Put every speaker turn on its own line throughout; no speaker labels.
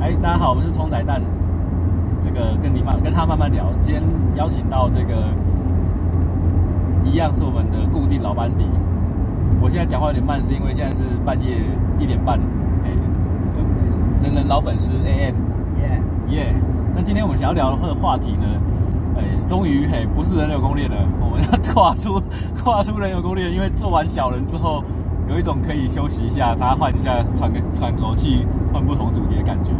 哎大家好，我们是冲仔蛋。这个跟你慢跟他慢慢聊。今天邀请到这个，一样是我们的固定老班底。我现在讲话有点慢，是因为现在是半夜一点半。哎、人人老粉丝 AM
耶，
耶、那今天我们想要聊的话题呢，哎、终于嘿、不是人流攻略了， 我们要跨出 跨出人流攻略，因为做完小人之后，有一种可以休息一下，大家换一下喘个喘口气，换不同主题的感觉。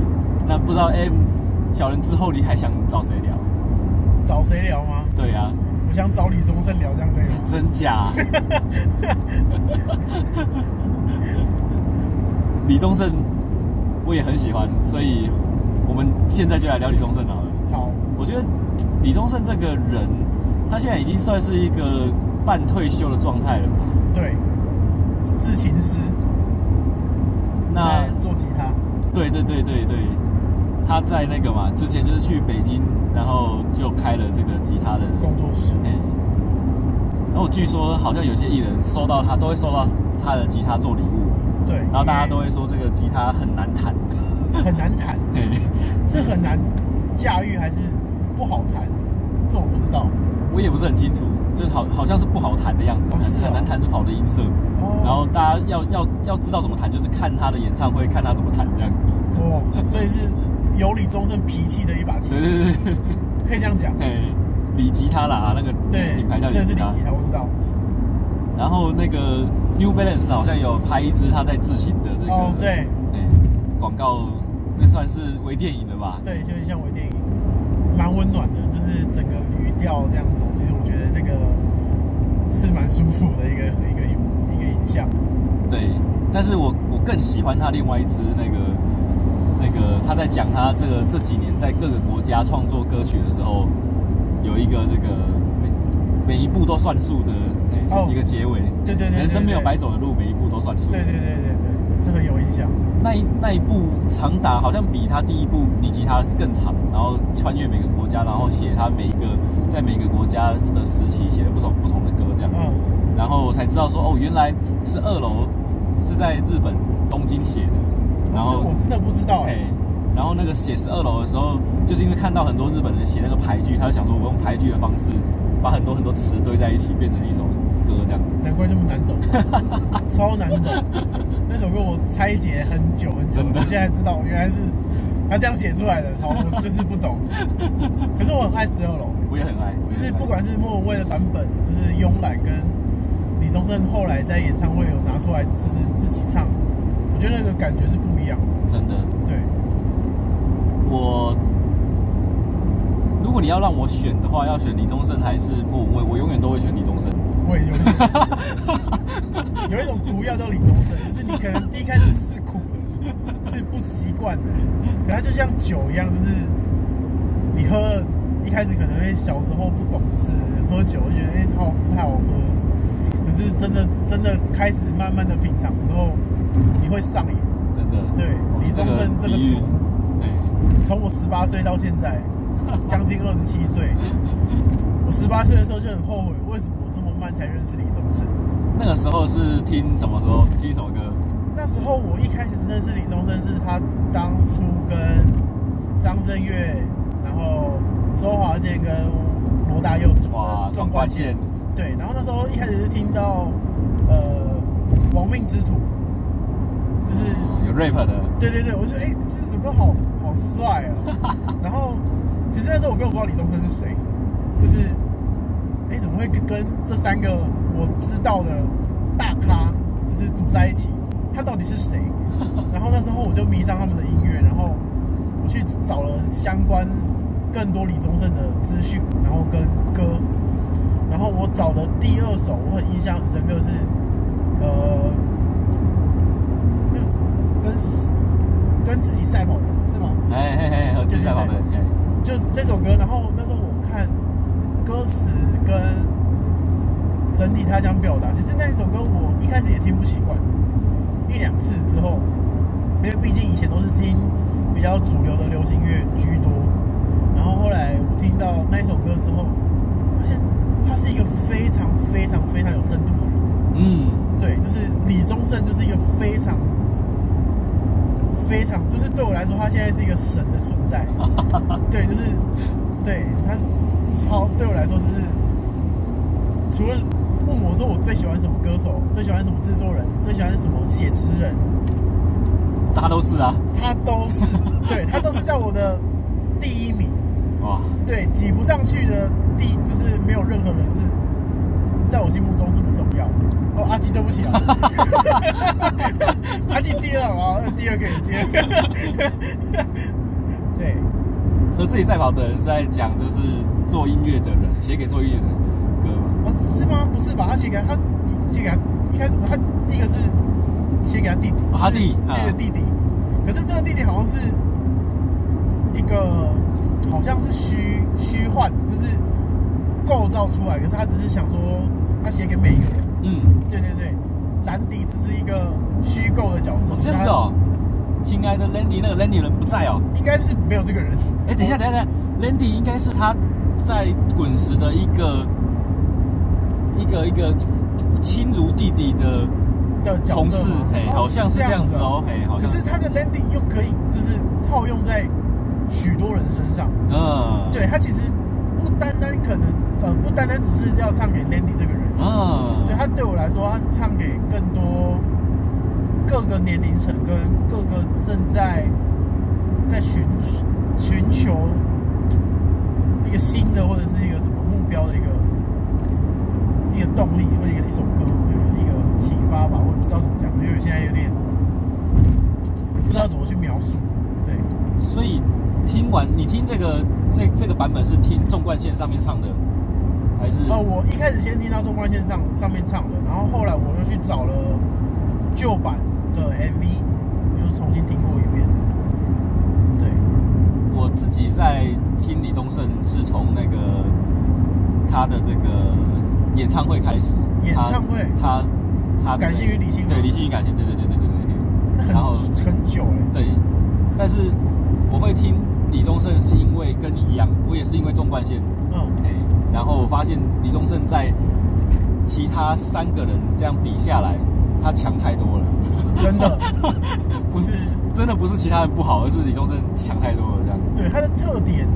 那不知道 AM 小人之后，你还想找谁聊？
找谁聊吗？
对啊，
我想找李宗盛聊，这样可以吗？
真假？ 李宗盛，我也很喜欢，所以我们现在就来聊李宗盛好了。
好，
我觉得李宗盛这个人，他现在已经算是一个半退休的状态了吧？
对，制琴师，
那
在做吉他，
对对对对对，他在那个嘛，之前就是去北京，然后就开了这个吉他的
工作室，
哎，然后据说好像有些艺人收到他都会收到他的吉他做礼物，
对，
然后大家都
因
会说这个吉他很难弹，
为很难弹，
嘿
是很难驾驭还是不好弹？这我不知道。
我也不是很清楚，就是好好像是不好弹的样子，
哦是哦
很难弹出好的音色。
哦
然后大家要要要知道怎么弹，就是看他的演唱会，看他怎么弹这样。
哦，所以是有李宗盛脾气的一把琴
对，对对，
可以这样讲。
嘿，李吉他啦，那个
对
品牌叫，李
这
吉
是李
他
吉。他，我知道。
然后那个 New Balance 好像有拍一支他在自行的这个，
哦对
嘿，广告，那算是微电影的吧？
对，就是像微电影，蛮温暖的，就是整个语调这样走，其实我觉得那个是蛮舒服的一个一个影一个影像。
对，但是我我更喜欢他另外一支那个那个他在讲他这个这几年在各个国家创作歌曲的时候，有一个这个每每一步都算数的、哎
哦
一个结尾。
对对对对
人生没有
对
白走的路，每一步都算数。
对对对对对，这个有影响。嗯
那一那一部长达好像比他第一部《你吉他》更长，然后穿越每个国家，然后写他每一个在每个国家的时期写的不同不同的歌这样。
嗯，
然后我才知道说，哦，原来是二楼是在日本东京写的，然
哦这
后
我真的不知道哎、
哎，然后那个写十二楼的时候，就是因为看到很多日本人写那个排句，他就想说我用排句的方式把很多很多词堆在一起，变成一首歌这样。
难怪这么难懂，超难懂。那首歌我拆解很久很久，
真的
我现在知道原来是他这样写出来的。好，我就是不懂。可是我很爱十二楼，
我也很爱，我也
就
很
是
爱
不管是莫文蔚的版本，就是慵懒跟李宗盛后来在演唱会有拿出来自自己唱，我觉得那个感觉是不一样的。
真的，
对，
我如果你要让我选的话，要选李宗盛还是莫文蔚，我永远都会选李宗盛。
我也有一种有一种毒药叫李宗盛，就是你可能第一开始是苦的，是不习惯的，可它就像酒一样，就是你喝了一开始可能会小时候不懂事，喝酒会觉得哎、它好不太好喝，可是真的真的开始慢慢的品尝之后，你会上瘾。
真的，
对
哇
李宗盛这个
比喻
毒，
哎、
从我十八岁到现在，将近二十七岁。我十八岁的时候就很后悔，为什么我这么慢才认识李宗盛？
那个时候是听什么时候听什么歌？
那时候我一开始认识李宗盛是他当初跟张震岳，然后周华健跟罗大佑组
哇
的
双
纵
贯
贯
线
线。对，然后那时候一开始是听到呃《亡命之徒》，就是
哦有 rap 的，
对对对，我就哎、这首歌好好帅啊！然后其实那时候我根本不知道李宗盛是谁，就是哎、怎么会跟跟这三个我知道的大咖就是组在一起？他到底是谁？然后那时候我就迷上他们的音乐，然后我去找了相关更多李宗盛的资讯，然后跟歌，然后我找的第二首我很印象很深刻是呃。那个什么跟跟自己赛跑的人是吗？
哎嘿嘿，和自在旁边，哎
就是这首歌。然后那时候我看歌词跟整体他想表达，其实那一首歌我一开始也听不习惯，一两次之后，因为毕竟以前都是听比较主流的流行乐居多，然后后来我听到那一首歌之后，发现他是一个非常非常非常有深度的人。
嗯，
对，就是李宗盛就是一个非常非常，就是对我来说，他现在是一个神的存在。对，就是对，他是超对我来说，就是除了问我说我最喜欢什么歌手，最喜欢什么制作人，最喜欢什么写词人，
大家都是啊，
他都是对他都是在我的第一名。
哇，
对，挤不上去的第，就是没有任何人是在我心目中这么重要。哦，阿基，对不起啊，阿基第二啊，第二个，第二个， 对，
和自己赛跑的人是在讲就是做音乐的人，写给做音乐的人的歌嘛。
哦，是吗？不是吧？他写给他，他写给他，一开始他第一个是写给他弟弟，
哦他弟
是
啊
这个弟弟，可是这个弟弟好像是一个，好像是虚虚幻，就是构造出来，可是他只是想说，他写给每一个人，
嗯，
对对对，兰迪只是一个虚构的角色，
哦这样子哦，亲爱的 Landy，那个 Landy 人不在哦。
他，应该是没有这个人，
哎，等一下，等一下，等一下，Landy 应该是他在滚石的一个一个一个亲如弟弟的
的角
同
色哦
事
吗，
嘿，好像是这样子
啊
哦，嘿，好
可
像
是，他的 landing 又可以就是套用在许多人身上。
嗯，
对，他其实不单单可能呃不单单只是要唱给 landing 这个人，
嗯，
对他对我来说，他唱给更多各个年龄层跟各个正在在寻寻求一个新的或者是一个什么目标的一个一个动力或者一个一首歌一个一个启发吧，我也不知道怎么讲，因为我现在有点不知道怎么去描述。对，
所以听完你听这个这这个版本是听纵贯线上面唱的，还是？
呃，我一开始先听到中冠线上上面唱的，然后后来我又去找了旧版的 MV，又重新听过一遍。对，
我自己在听李宗盛是从那个他的这个演唱会开始，
演唱会
他他他
感性与理性吗
对理性与感性，对对对对对对对，然后
很很久哎、
对，但是我会听李宗盛是因为跟你一样，我也是因为纵贯线，
嗯，
哎，然后我发现李宗盛在其他三个人这样比下来，他强太多了，
真的，
不是真的不是其他人不好，而是李宗盛强太多了这样，
对它的特点，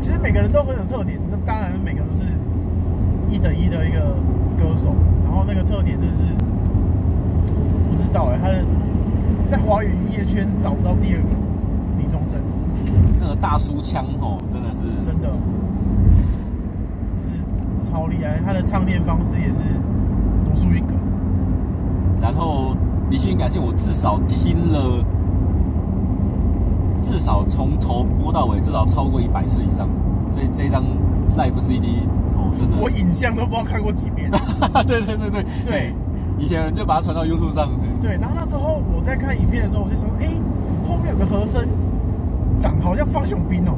其实每个人都很有特点，那当然每个人都是一等一的一个歌手，然后那个特点真的是不知道哎、他的在华语音乐圈找不到第二个李宗盛。
那个大叔腔哦，真的是
真的是超厉害。他的唱念方式也是独树一格。
然后理性与感性，我至少听了，至少从头播到尾，至少超过一百次以上。这这一张 Live CD，哦，真的，
我影像都不知道看过几遍。
对对对对
对，
以前人就把它传到 YouTube 上，
对，然后那时候我在看影片的时候，我就想说，哎、后面有个和声，长得好像方雄斌哦、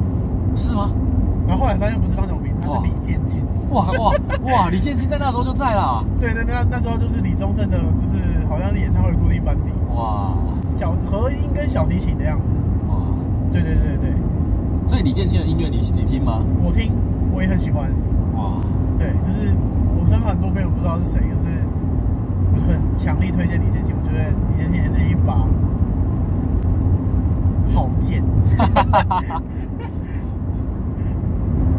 是吗？
然后后来发现不是方雄斌，他是
哇
李建清。
哇哇哇！李建新在那时候就在啊啦，
对，那那那时候就是李宗盛的，就是好像是演唱会的固定班底，
哇
小和音跟小提琴的样子。
哇！
对对对对，
所以李建新的音乐你你听吗？
我听我也很喜欢。
哇，
对，就是我身旁很多朋友不知道是谁，可是我很强力推荐李建新。我觉得李建新也是一把好剑。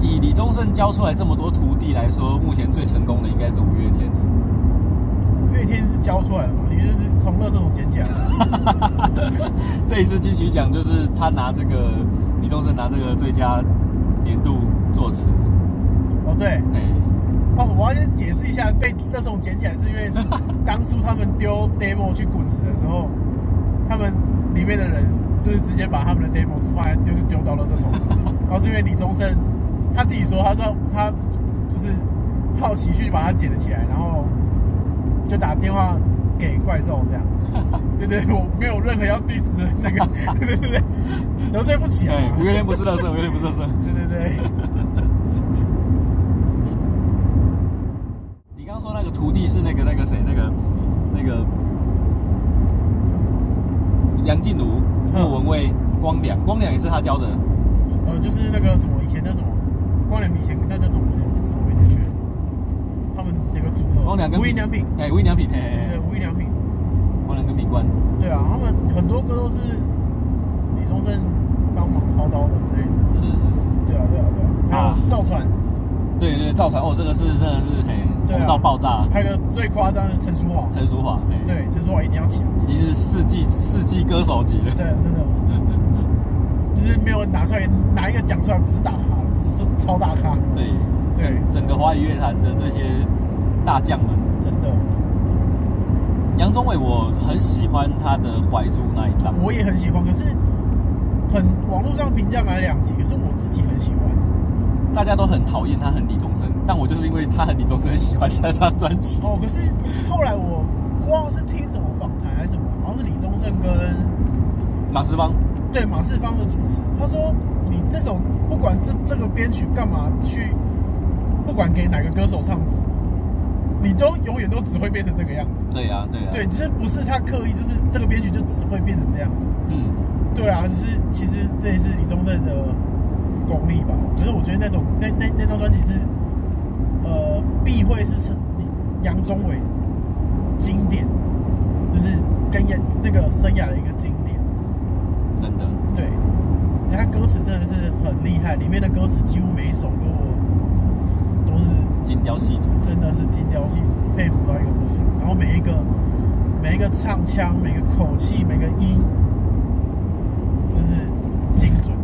以李宗盛教出来这么多徒弟来说，目前最成功的应该是五月天 了。
乐天是教出来的嘛，李建新是从垃圾桶捡起来的。
这一次金曲奖就是他拿这个李宗盛拿这个最佳年度作 词，
哦，对，
哎，
哦，我要先解释一下，被垃圾桶捡起来是因为当初他们丢 demo 去滚石的时候，他们里面的人就是直接把他们的 demo 放在就是丢到垃圾桶，然后是因为李宗盛他自己说，他说他就是好奇去把它捡了起来，然后就打电话给怪兽这样。对对，我没有任何要 diss 的那个，对对对，得罪不起啊。
哎，五月天不是乐色，五月天不是乐色。
对对对，
你刚刚说那个徒弟是那个那个谁那个那个杨静茹、
嗯
莫文蔚、光良，光良也是他教的，
呃，就是那个什么以前的什么光良以前那叫什么什么名字去了？他们那个组合，
光良跟
无印良嗯品，
哎，无印良品，哎
对
哎
对，
哎
无印良品，
光良跟品冠，
对啊，他们很多歌都是李宗盛帮忙操刀的之类的嘛。
是是是，
对啊，对啊，对啊。
啊
还有赵传，
对对，造船哦，这个是真的是嘿
对啊
红到爆炸，
还有个最夸张的是陈淑桦，
陈淑桦，嘿，
对，陈淑桦一定要抢。
已经是世纪世纪歌手级了，
真的真的，就是没有拿出来，拿一个讲出来不是大咖，是超大咖。
对，
对，
整个华语乐坛的这些大将们，
真的，
杨宗纬我很喜欢他的《怀珠》那一张，
啊我也很喜欢，可是很网络上评价买两集，可是我自己很喜欢。
大家都很讨厌他很李宗盛，但我就是因为他很李宗盛喜欢他这张专辑。
哦，可是后来我不知道是听什么访谈还是什么，好像是李宗盛跟
马斯邦，
对马世芳的主持，他说你这首不管这这个编曲干嘛去，不管给哪个歌手唱，你都永远都只会变成这个样子。
对啊，对啊，
对，，就是不是他刻意，就是这个编曲就只会变成这样子。
嗯，
对啊，就是其实这也是李宗盛的功力吧。只是我觉得那种那那那张专辑是，呃，必会是陈杨宗纬经典，就是跟演那个生涯的一个经典。
真的，
对，他歌词真的是很厉害，里面的歌词几乎每一首歌我都是
精雕细琢，
真的是精雕细琢，佩服到一个不行。然后每一个每一个唱腔、每个口气、每个音，真是精准。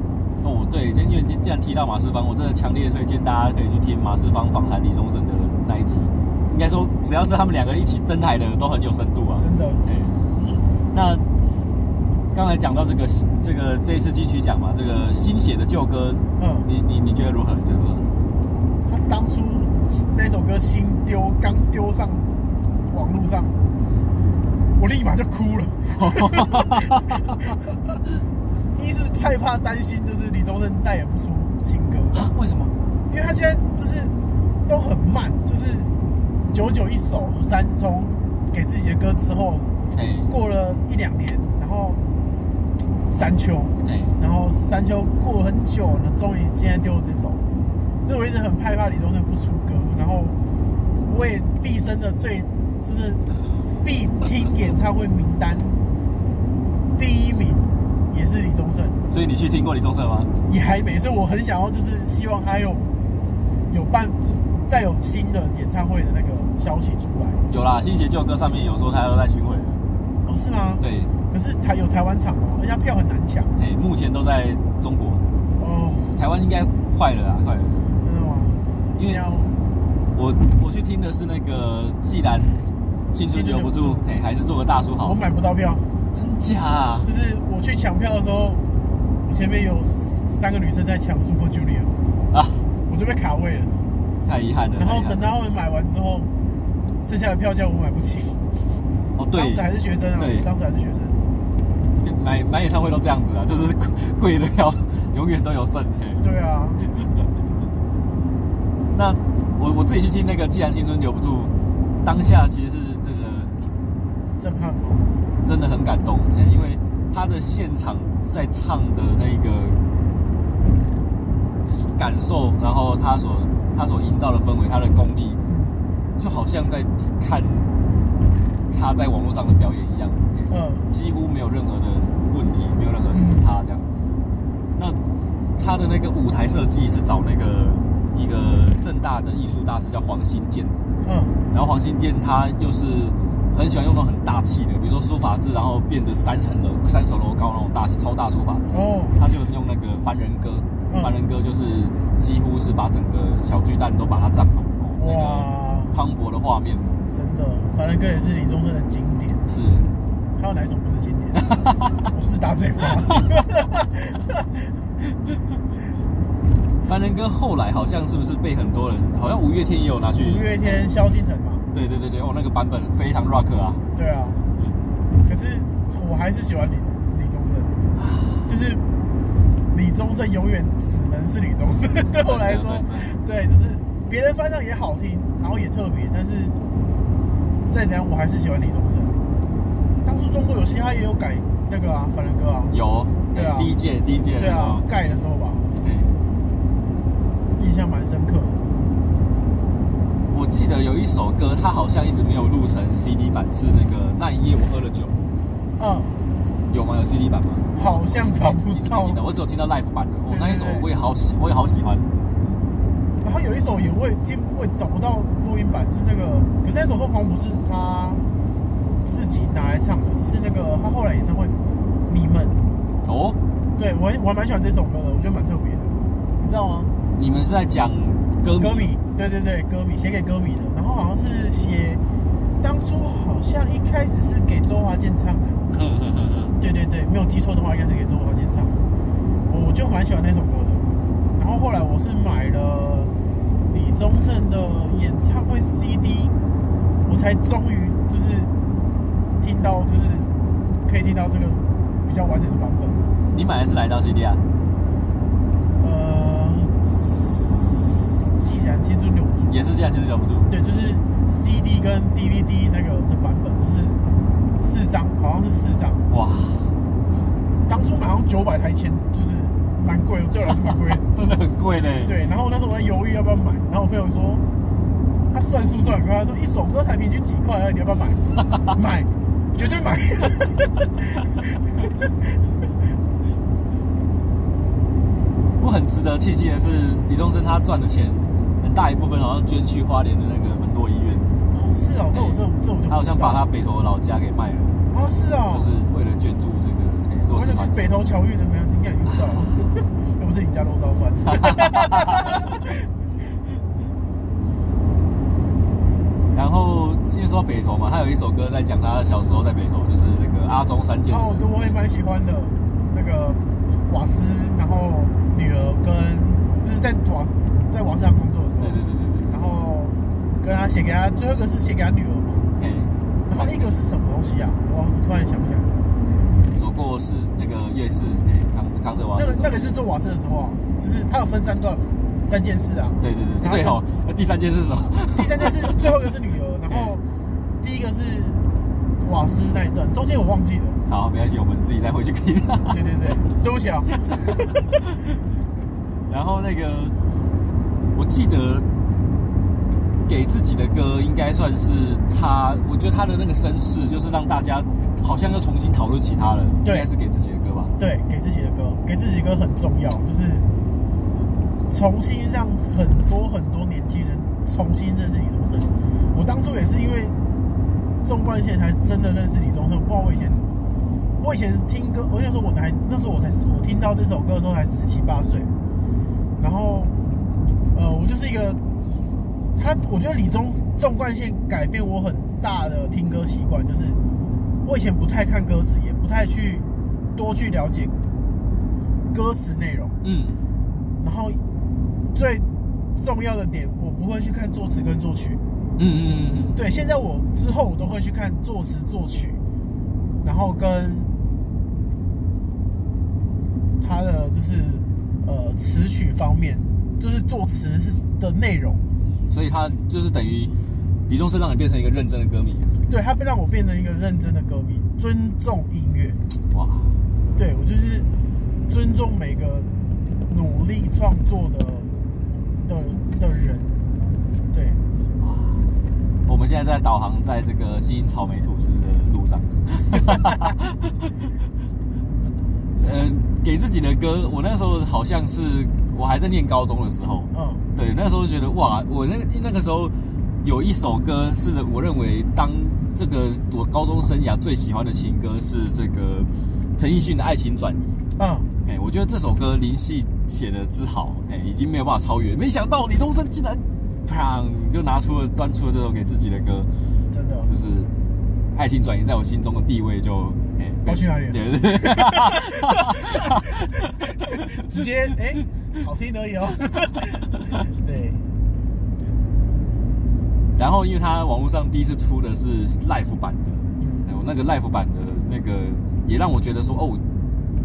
哦，对，今天既然提到马斯邦，我真的强烈推荐大家可以去听马斯邦访谈李宗盛的那一集。应该说，只要是他们两个一起登台的，都很有深度啊。
真的
对，那刚才讲到这个这个这一次金曲奖嘛，这个新写的旧歌，
嗯
你你你觉得如何？你觉得如何？
他当初那首歌新丢刚丢上网络上，我立马就哭了。 一是害怕担心，就是李宗盛再也不出新歌，
啊为什么？
因为他现在就是都很慢，就是九九一首三从给自己的歌之后，
哎
过了一两年，然后嘖山丘，
哎，
然后山丘过了很久了，终于今天丢了这首。所以我一直很害怕李宗盛不出歌，然后我也毕生的最就是必听演唱会名单第一名也是李宗盛，
所以你去听过李宗盛吗？
也还没，所以我很想要就是希望他有有办再有新的演唱会的那个消息出来。
有啦，新写旧歌上面有说他要在巡回了。
哦，是吗？。
对，
可是台有台湾场吗？而且他票很难抢。
哎，目前都在中国，
哦，
台湾应该快了啊啦，快了。
真的吗？
因为
一定要
我我去听的是那个，既然青春留不住，哎，还是做个大叔
我
好。
买不到票。
真假啊？
就是我去抢票的时候，我前面有三个女生在抢 Super Junior，
啊，
我就被卡位了。
太遗憾了。
然后
太遗憾
等
了
到他们买完之后，剩下的票价我买不起。
哦，
当
对
时，还是学生啊
对，
当时还是学生。
买买演唱会都这样子啊，就是贵贵的票 永远都有剩。嘿
对啊，
那我我自己去听那个《既然青春留不住》，当下其实是这个
震撼吗？
真的很感动，嘿因为他的现场在唱的那个感受，然后他所他所营造的氛围，他的功力，就好像在看他在网络上的表演一样，嘿
嗯，
几乎没有任何的问题，没有任何时差这样。那他的那个舞台设计是找那个一个正大的艺术大师叫黄新建，
嗯，
然后黄新建他又是很喜欢用那种很大气的，比如说书法字，然后变得三层楼、三层楼高那种大超大书法字，
哦，
他就用那个凡人歌，
嗯
凡人歌就是几乎是把整个小巨蛋都把它占满，哦
哇
那个，磅礴的画面
真的，凡人哥也是李宗盛的经典。
是
还有哪一首不是经典？ 我自打嘴巴。
凡人歌后来好像是不是被很多人，好像五月天也有拿去，
五月天、萧敬腾嘛，
对对对对，哦，那个版本非常 rock 啊，
对啊。可是我还是喜欢李李宗盛。
啊
就是李宗盛永远只能是李宗盛。 对我来说，对，就是别人翻唱也好听，然后也特别，但是再怎样，我还是喜欢李宗盛。当初中国有嘻哈也有改那个啊，凡人歌啊，
有，
对啊
第一届第一届
对啊
那，个
盖的时候吧，
对，
印象蛮深刻的。
我记得有一首歌，它好像一直没有录成 CD 版，是那个那一夜我喝了酒，
嗯，
有吗？有 CD 版吗？哎
好像找不
你
到
听。的，我只有听到 live 版的。我、
对
那一
对
首
对
我也好喜，我也好喜欢。
然后有一首也我也听，我也找不到录音版，就是那个，可是那首后像不是他自己拿来唱的，是那个他后来演唱会《你们
哦，》
对我还我还蛮喜欢这首歌的，我觉得蛮特别的，你知道吗？
你们是在讲歌
歌
迷？
迷，对对对，歌迷写给歌迷的，然后好像是写，当初好像一开始是给周华健唱的，
哼哼哼哼
对对对，没有记错的话，应该是给周华健唱的。我就蛮喜欢那首歌的。然后后来我是买了李宗盛的演唱会 CD，我才终于就是听到，就是可以听到这个比较完整的版本。
你买的是来到 CD 啊？
呃，既然青春留不住，
也是这样，现在留不住。
对，就是 CD 跟 DVD 那个的版本，就是四张，好像是四张。
哇，
当初买好像九百台钱，就是蛮贵的，对我来说蛮 贵的。
真的很贵呢。
对，然后那时候我在犹豫要不要买，然后我朋友说，他算数算很快，他说一首歌才平均几块而已，你要不要 买？买，绝对买。
不过很值得庆幸的是，李宗盛他赚的钱很大一部分好像捐去花莲的那个门诺医院，
哦，是哦，这我这这我就不知道
他好像把他北投的老家给卖了，
哦是
就
哦，
是为了捐助这个哎弱
我
势
想
团
去
体。
北投侨运的，没有，应该也遇 不到，又不是你家肉燥饭。
然后因为说到北投嘛，他有一首歌在讲他小时候在北投，就是那个阿中三件事。
哦，对，我也蛮喜欢的，那个瓦斯，然后女儿跟就是在瓦在瓦斯上工作的时候，
对对对对
然后跟他写给他最后一个是写给他女儿嘛。
对，嘿，
然后一个是什么东西啊？我突然想不起来，
走过是那个夜市，哎，扛着扛着娃
那
子
个
走。
那个是做瓦斯的时候啊，就是它有分三段嘛，三件事啊。
对对对
然后
对哦，那第三件是什么？
第三件事最后一个是女儿，然后第一个是瓦斯那一段，中间我忘 记了。
好，没关系，我们自己再回去听。
对对对，对不起啊。
然后那个，我记得给自己的歌应该算是他，我觉得他的那个声势就是让大家好像又重新讨论起他了，应
对
该是给自己的歌吧。
对，给自己的歌，给自己的歌很重要，就是重新让很多很多年轻人重新认识李宗盛。我当初也是因为纵贯线才真的认识李宗盛，不知道我以前我以前听歌，我那时候我还那时候我才我听到这首歌的时候才十七八岁，然后呃，我就是一个他，我觉得李宗纵贯线改变我很大的听歌习惯，就是我以前不太看歌词，也不太去多去了解歌词内容，
嗯，
然后最重要的点，我不会去看作词跟作曲。
嗯嗯嗯嗯
对，现在我之后我都会去看作词作曲，然后跟他的就是呃词曲方面，就是作词是的内容，
嗯，所以他就是等于李宗盛让你变成一个认真的歌迷，
对他让我变成一个认真的歌迷，尊重音乐。
哇，
对我就是尊重每个努力创作的的的人，对，
我们现在在导航在这个新草莓吐司的路上。 嗯，给自己的歌，我那时候好像是我还在念高中的时候，
嗯，
对，那时候觉得哇，我那那个时候有一首歌是我认为当这个我高中生涯最喜欢的情歌是这个陈奕迅的《爱情转移》。
嗯，
哎，我觉得这首歌林夕写的之好，哎，已经没有办法超越。没想到李宗盛竟然，砰就拿出了端出了这首给自己的哦歌，
真的，
就是《爱情转移》在我心中的地位就哎，
跑去哪里了
对对 对，
直接哎、好听而已 哦，对，
然后因为他网络上第一次出的是 live 版的，
嗯
哎，我那个 live 版的那个也让我觉得说，哦，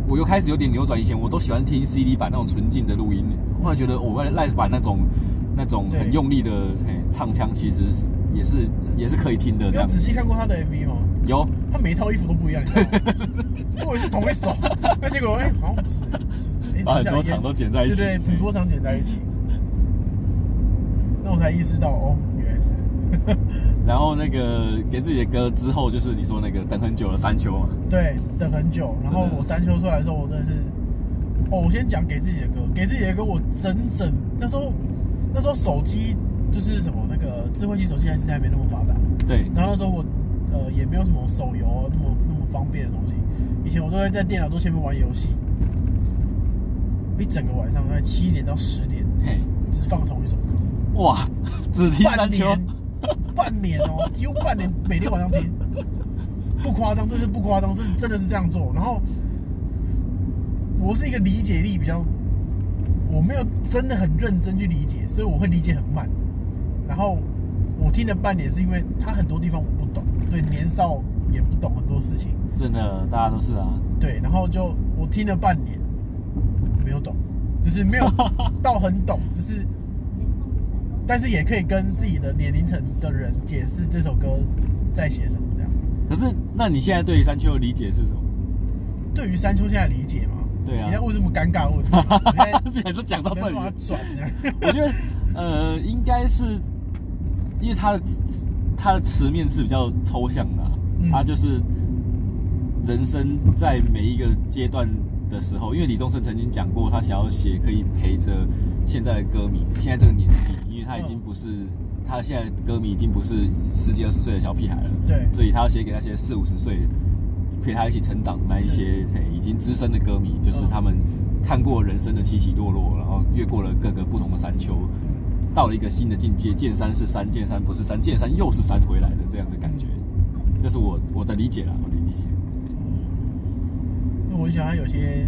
我又开始有点扭转以前，我都喜欢听 CD 版那种纯净的录音，后来觉得我、哦、live 版那种那种
对
很用力的嘿唱腔，其实也是也是可以听的
你
这
有
样
仔。细看过他的 MV 吗？
有，
他每一套衣服都不一样，你知道吗？我以为是同 一首，那结果哎、好像不是，哎
把很
下
多
一页
场都剪在一起
对对，很多场剪在一起，那我才意识到哦，原来是
然后那个给自己的歌之后，就是你说那个等很久的山丘啊嘛，
对，等很久。然后
真的
我山丘出来的时候，我真的是，哦，我先讲给自己的歌，给自己的歌，我整整那时候那时候手机就是什么那个智慧型手机还是还没那么发达，
对，
然后那时候我呃也没有什么手游那么那么方便的东西，以前我都会在电脑桌前面玩游戏，一整个晚上大概七点到十点，
嘿，
只放同一首歌。
哇，只听
半
山丘，
年，半年哦，几乎半年，每天晚上听，不夸张，这是不夸张，这是真的是这样做。然后我是一个理解力比较，我没有真的很认真去理解，所以我会理解很慢。然后我听了半年，是因为它很多地方我不懂，对年少也不懂很多事情，
真的，大家都是啊，
对，然后就我听了半年，没有懂，就是没有 到很懂，就是。但是也可以跟自己的年龄层的人解释这首歌在写什么，这样。
可是那你现在对于山丘的理解是什么？
对于山丘现在理解吗？
对啊
你在问什么尴 尬问题？我现在
现在都讲到这
没
里
办法
了，
转这样。
我觉得呃，应该是因为它的它的词面是比较抽象的、啊，
嗯
它就是人生在每一个阶段的时候，因为李宗盛曾经讲过，他想要写可以陪着现在的歌迷，现在这个年纪，因为他已经
嗯
不是。他现在的歌迷已经不是十几二十岁的小屁孩了，
对
所以他要写给那些四五十岁陪他一起成长的那一些嘿已经资深的歌迷，就是
嗯
他们看过人生的起起落落，然后越过了各个不同的山丘，到了一个新的境界，见山是山，见山不是山，见山又是山回来的这样的感觉，这是我我的理解啊啦，我的理解。
因为我喜欢它有些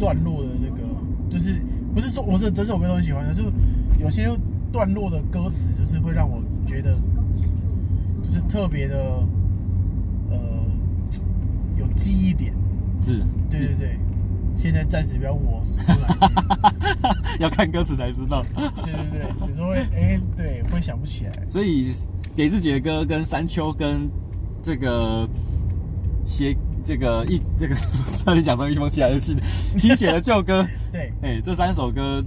段落的那个，就是不是说我是整首歌都很喜欢，可是有些段落的歌词就是会让我觉得就是特别的呃有记忆点。
是，
对对对，现在暂时不要问我出 来。
要看歌词才知道。
对对对，有时候会哎、对，会想不起来。
所以给自己的歌跟山丘跟这个写这个一这个差点讲到一方起来的新新写的旧歌，
对，
哎、这三首歌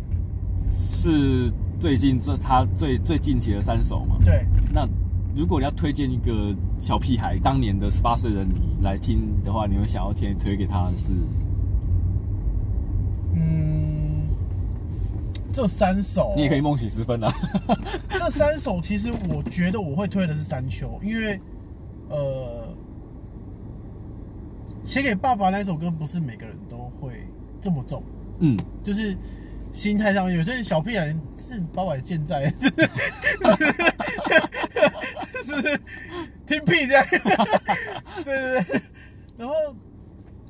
是最近这他最最近期的三首嘛？
对，
那如果你要推荐一个小屁孩当年的十八岁的你来听的话，你会想要推推给他的是？
嗯，这三首，
你也可以，梦醒时分啊。
这三首其实我觉得我会推的是山丘，因为呃，写给爸爸那首歌不是每个人都会这么重，
嗯，
就是心态上，有些人小屁孩是把我现在，是不是听屁这样？对对对。然后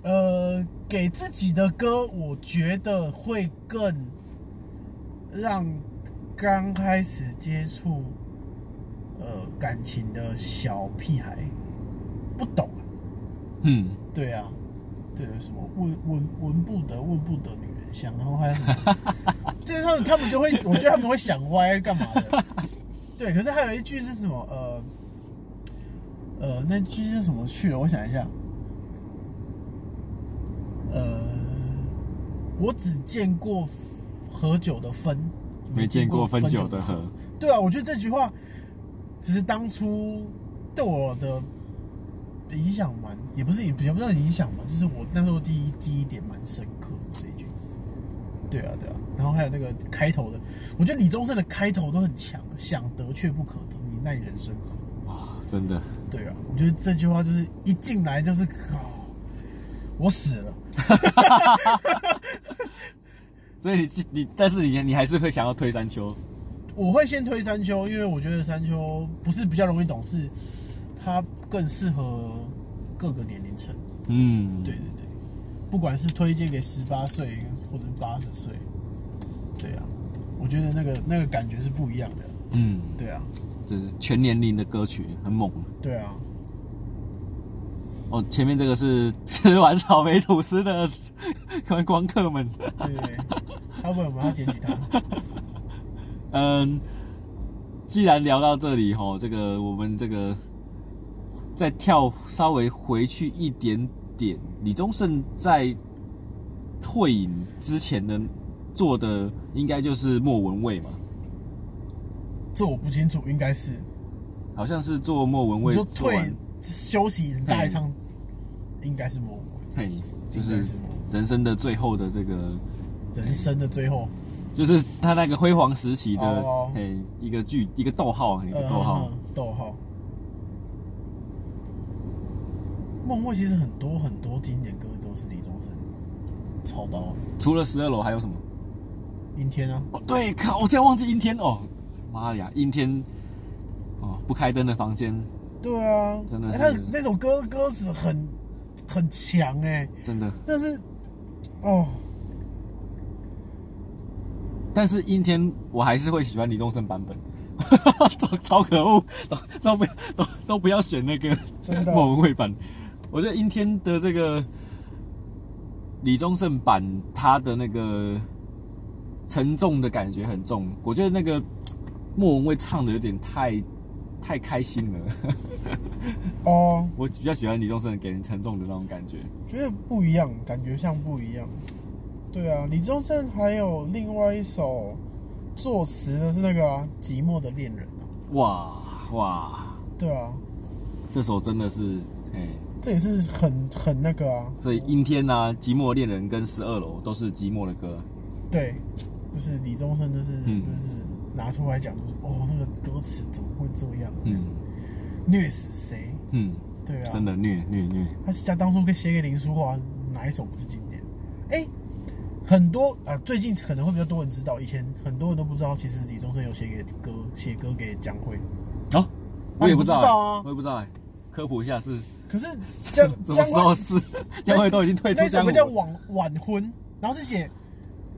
呃，给自己的歌，我觉得会更让刚开始接触呃感情的小屁孩不懂啊。
嗯，
对啊，对什么闻闻闻不得闻不得女人香，然后还有什 么，就是他们他们就会，我觉得他们会想歪干嘛的。对，可是还有一句是什么？呃，呃，那句是什么去了？我想一下。呃，我只见过喝酒的分，
没见过分
酒
酒的河。
对啊，我觉得这句话其实当初对我的影响蛮，也不是也不也不叫影响嘛，就是我那时候记忆记忆点蛮深刻的这一句。对啊，对啊，然后还有那个开头的，我觉得李宗盛的开头都很强，想得却不可得，你奈人生何？
哇，真的，
对啊，我觉得这句话就是一进来就是，哦、我死了。
所以你你，但是你你还是会想要推山丘，
我会先推山丘，因为我觉得山丘不是比较容易懂，是它更适合各个年龄层。
嗯，
对对对，不管是推荐给十八岁或者八十岁，对啊，我觉得那个那个感觉是不一样的。
嗯，
对啊，
这是全年龄的歌曲，很猛。
对啊，
哦，前面这个是 吃完草莓吐司的观光客们，
对对对，要不然我们要检举他。
嗯，既然聊到这里吼，这个我们这个再跳稍微回去一点点，李宗盛在退隐之前的做的应该就是莫文蔚嘛，
这我不清楚，应该是
好像是做莫文
我
蔚
说
做
退
完，
休息很大一场，应该是魔鬼，
嘿，就
应
是
该是莫文
人生的最后的这个，
人生的最后
就是他那个辉煌时期的
哦，
嘿，一个句一个逗号，一个
呃
逗号，
逗号。梦蔚其实很多很多经典歌都是李宗盛操刀啊，
除了十二楼还有什么？
阴天啊，
哦，对，靠，我竟然忘记阴天哦，妈呀，阴天，哦，不开灯的房间，
对啊，
真的
哎
是
他那首歌歌词很很强哎、
真的。
但是哦，
但是阴天我还是会喜欢李宗盛版本， 超超可恶，都都不要都都不要选那个
真的哦
莫文蔚版。我觉得阴天的这个李宗盛版，他的那个沉重的感觉很重。我觉得那个莫文蔚唱的有点太太开心了，
哦，
我比较喜欢李宗盛给人沉重的那种感觉。
觉得不一样，感觉像不一样。对啊，李宗盛还有另外一首作词的是那个、啊《寂寞的恋人》啊，
哇哇，
对啊，
这首真的是哎。
这也是很很那个啊，
所以阴天啊，寂寞恋人跟十二楼都是寂寞的歌。
对，就是李宗盛，就是、
嗯
就是拿出来讲，就是哦，那个歌词怎么会这样？
嗯
虐死谁？
嗯，
对啊，
真的虐虐虐。
他家当初跟写给林书豪哪一首不是经典？哎、很多啊，最近可能会比较多人知道，以前很多人都不知道，其实李宗盛有写给歌，写歌给江蕙。
哦，我
那你
也不
不知
知
道
道
啊
我也不知道哎，科普一下是
可是江
什么 什么
江
时候
蕙
是江蕙都已经退出
那首
江
歌叫
湖。
晚晚婚，然后是写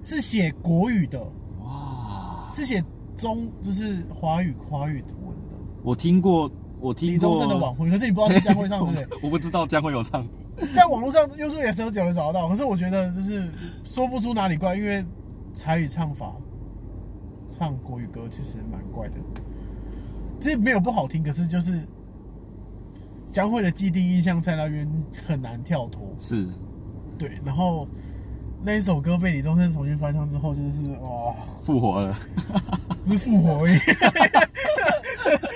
是写国语的，
哇，
是写中就是华语华语文的。
我听过，啊我听
李宗盛的晚
过。
婚，可是你不知道是江蕙唱的，对不对？
我我不知道江蕙有唱。
在网络上 YouTube 也是有有人找得到，可是我觉得就是说不出哪里怪，因为台语唱法唱国语歌其实蛮怪的，其实没有不好听，可是就是江蕙的既定印象在那边很难跳脱。
是，
对，然后那一首歌被李宗盛重新翻唱之后，就是哇，
复活了，
不是复活而已，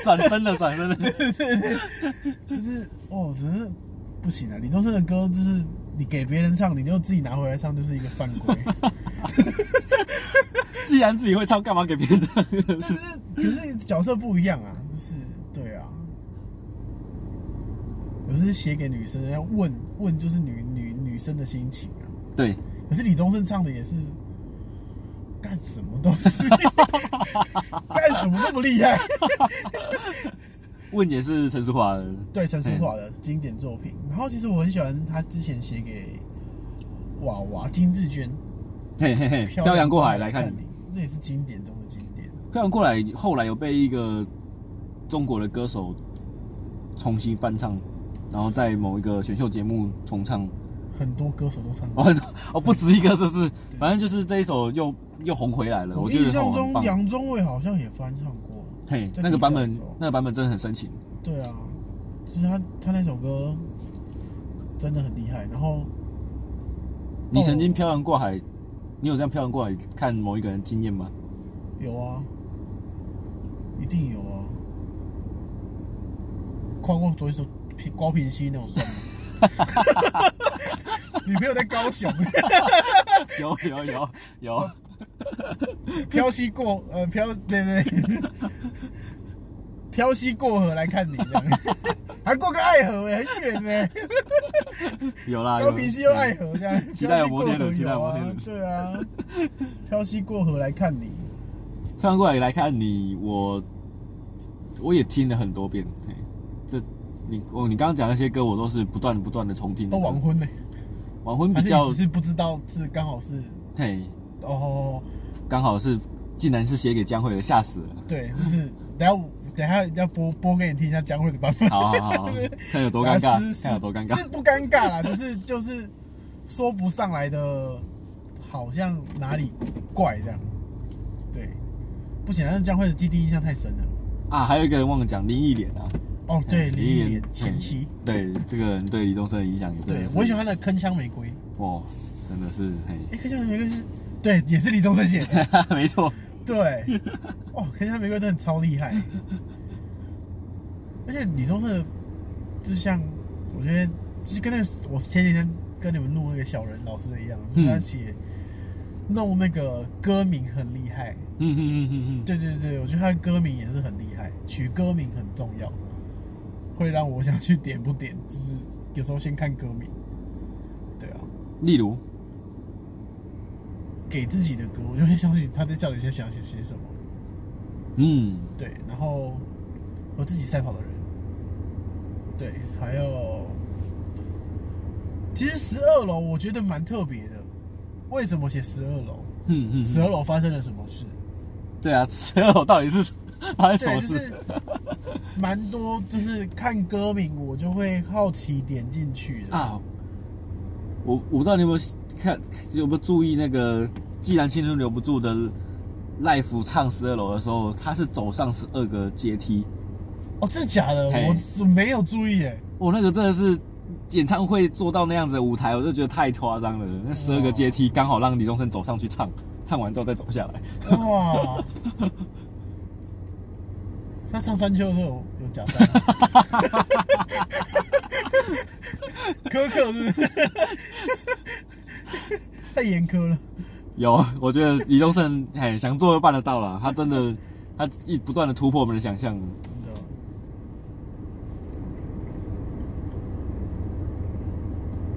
转身了，转身了。
就是哦，只是不行啊！李宗盛的歌就是你给别人唱，你就自己拿回来唱，就是一个犯规。
既然自己会唱，干嘛给别人唱？
但是可是角色不一样啊，就是对啊。有时写给女生，要问问就是女女女生的心情啊。
对，
可是李宗盛唱的也是干什么东西， 干什么那么厉害？
问也是陈淑桦的。
对，陈淑桦的经典作品。然后其实我很喜欢他之前写给娃娃金志娟
嘿嘿嘿，
《
漂洋过海来看你。
你》，这也是经典中的经典。
漂洋过来后来有被一个中国的歌手重新翻唱，然后在某一个选秀节目重唱。
很多歌手都唱过。
哦，哦不止一个，这是反正就是这一首又又红回来了。我觉
印
得
象
哦很
中
棒。
杨宗纬好像也翻唱过。
嘿，
在
那个版
比
本
赛的时候
那个版本真的很深情。
对啊，其实他他那首歌真的很厉害。然后
你曾经漂洋过海，你有这样漂洋过海看某一个人经验吗？
有啊，一定有啊，跨过左手平高平溪那种算吗？ 女朋友在高雄，
有有有有，
漂西过呃漂对对，漂西过河来看你 这样，还过个爱河哎、很远呢、
有啦。
高
有
平溪又爱河这样，
哎期待有摩
过
天
河
轮期待有
有
摩
啊
天轮，
对啊，漂西过河来看你，
漂洋过海来看你，我我也听了很多遍。嘿这你我你刚刚讲那些歌，我都是不断不断的重听的
都
歌。
哦晚婚呢、
晚婚
还
嗯比
是
较
你只是不知道是刚好是
嘿，
哦，
刚好是竟然是写给江蕙的，吓死了。
对，就是 等下我等下要播播给你听一下江蕙的版本，
好好好，好看有多尴
啊是
尬，
是
看有多尴尬
是。不尴尬啦，就是就是说不上来的，好像哪里怪这样，对，不行，但是江蕙的基地印象太深了。
啊，还有一个人忘了讲林忆莲啊，
哦，
嘿
对，林忆莲前妻，
嘿对这个人嗯对李宗盛的影响也真
对
的是
我很喜欢他的《铿锵玫瑰》。
哇，真的是
哎，柯向玫瑰是，对，也是李宗盛写的。
嘿，没错，
对，哦，可是他玫瑰真的超厉害，而且李宗盛的就像我觉得就是跟那个我前几天跟你们录那个小人老师的一样，
嗯
就是他写弄那个歌名很厉害，
嗯嗯嗯嗯嗯，
对对对，我觉得他的歌名也是很厉害，取歌名很重要，会让我想去点不点，就是有时候先看歌名，对啊。
例如，
给自己的歌，我就会相信他在叫你先想写些什么。
嗯，
对，然后我自己赛跑的人，对，还有，其实十二楼我觉得蛮特别的。为什么写十二楼？
嗯嗯，
十二楼发生了什么事？
对啊，十二楼到底是发生什
对，
么
就
事
是？蛮多，就是看歌名我就会好奇点进去的。
啊，我我不知道你有没有看有没有注意那个《既然青春留不住》的赖福唱十二楼的时候，他是走上十二个阶梯。
哦，真的假的？
嘿
我只没有注意耶。
我那个真的是演唱会做到那样子的舞台，我就觉得太夸张了。那十
哦
二个阶梯刚好让李宗盛走上去唱，唱完之后再走下来。
哇！他上山丘的时候有有假山 吗，苛刻是不是太严苛了。
有，我觉得李宗盛哎想做就办得到了，他真的他一不断的突破我们的想象。
真的。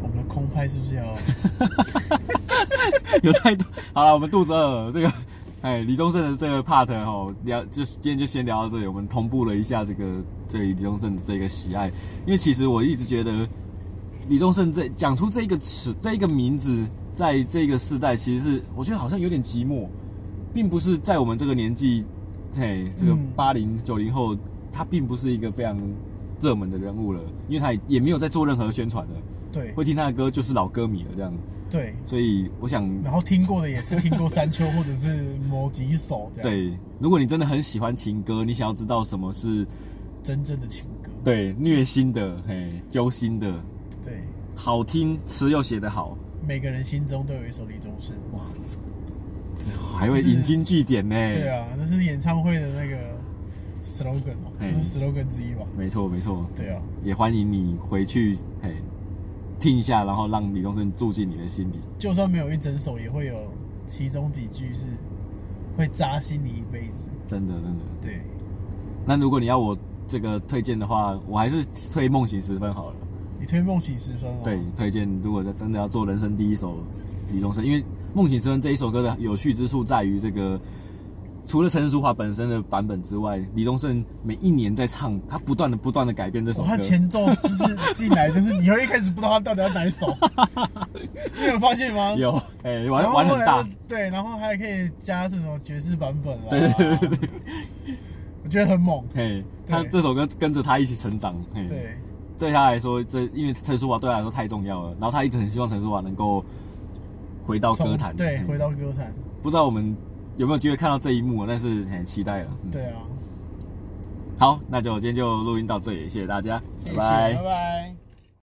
我们的空拍是不是 要？
有太多。好了，我们肚子饿了。这个， 哎，李宗盛的这个 part 哦，聊就是今天就先聊到这里。我们同步了一下这个对李宗盛的这个喜爱，因为其实我一直觉得李宗盛这讲出这个词这一个名字，在这个世代，其实是我觉得好像有点寂寞，并不是在我们这个年纪，嘿，这个
嗯
八零九零后，他并不是一个非常热门的人物了，因为他也也没有在做任何宣传了，
对
会听他的歌就是老歌迷了这样，
对，
所以我想
然后听过的也是听过山丘或者是某几首这样。，
对，如果你真的很喜欢情歌，你想要知道什么是
真正的情歌。
对虐心的、嘿揪心的、
对，
好听、词又写得好，
每个人心中都有一首李宗盛。哇，
还会引经据典呢。
对，啊，这是演唱会的那个 slogan 嘛，
嘿
这是 slogan 之一吧？
没错没错，
对啊，
也欢迎你回去嘿听一下，然后让李宗盛住进你的心里。
就算没有一整首，也会有其中几句是会扎心你一辈子。
真的真的。
对，
那如果你要我这个推荐的话，我还是推《梦醒时分》好了。
你推《梦醒时分》吗？
对，推荐如果真的要做人生第一首李宗盛，因为《梦醒时分》这一首歌的有趣之处在于这个，除了陈淑桦本身的版本之外，李宗盛每一年在唱，他不断的不断的改变这首
哦，
歌。
他前奏就是进来，就是你会一开始不知道他到底要哪 一首，你有发现吗？。
有哎、
然
玩
后
玩
后
很
来
大
呢，对，然后还可以加这种爵士版本啦。
对对对
对，我觉得很猛。
嘿、他
对
这首歌跟着他一起成长，嘿、
对，
对他来说，这因为陈淑桦对他来说太重要了，然后他一直很希望陈淑桦能够回到歌
从
坛，
对，
嘿
回到歌坛。
不知道我们有没有机会看到这一幕，啊但是很期待了，嗯
对啊，
好，那就今天就录音到这里，谢谢大家，
谢谢，
拜拜
拜拜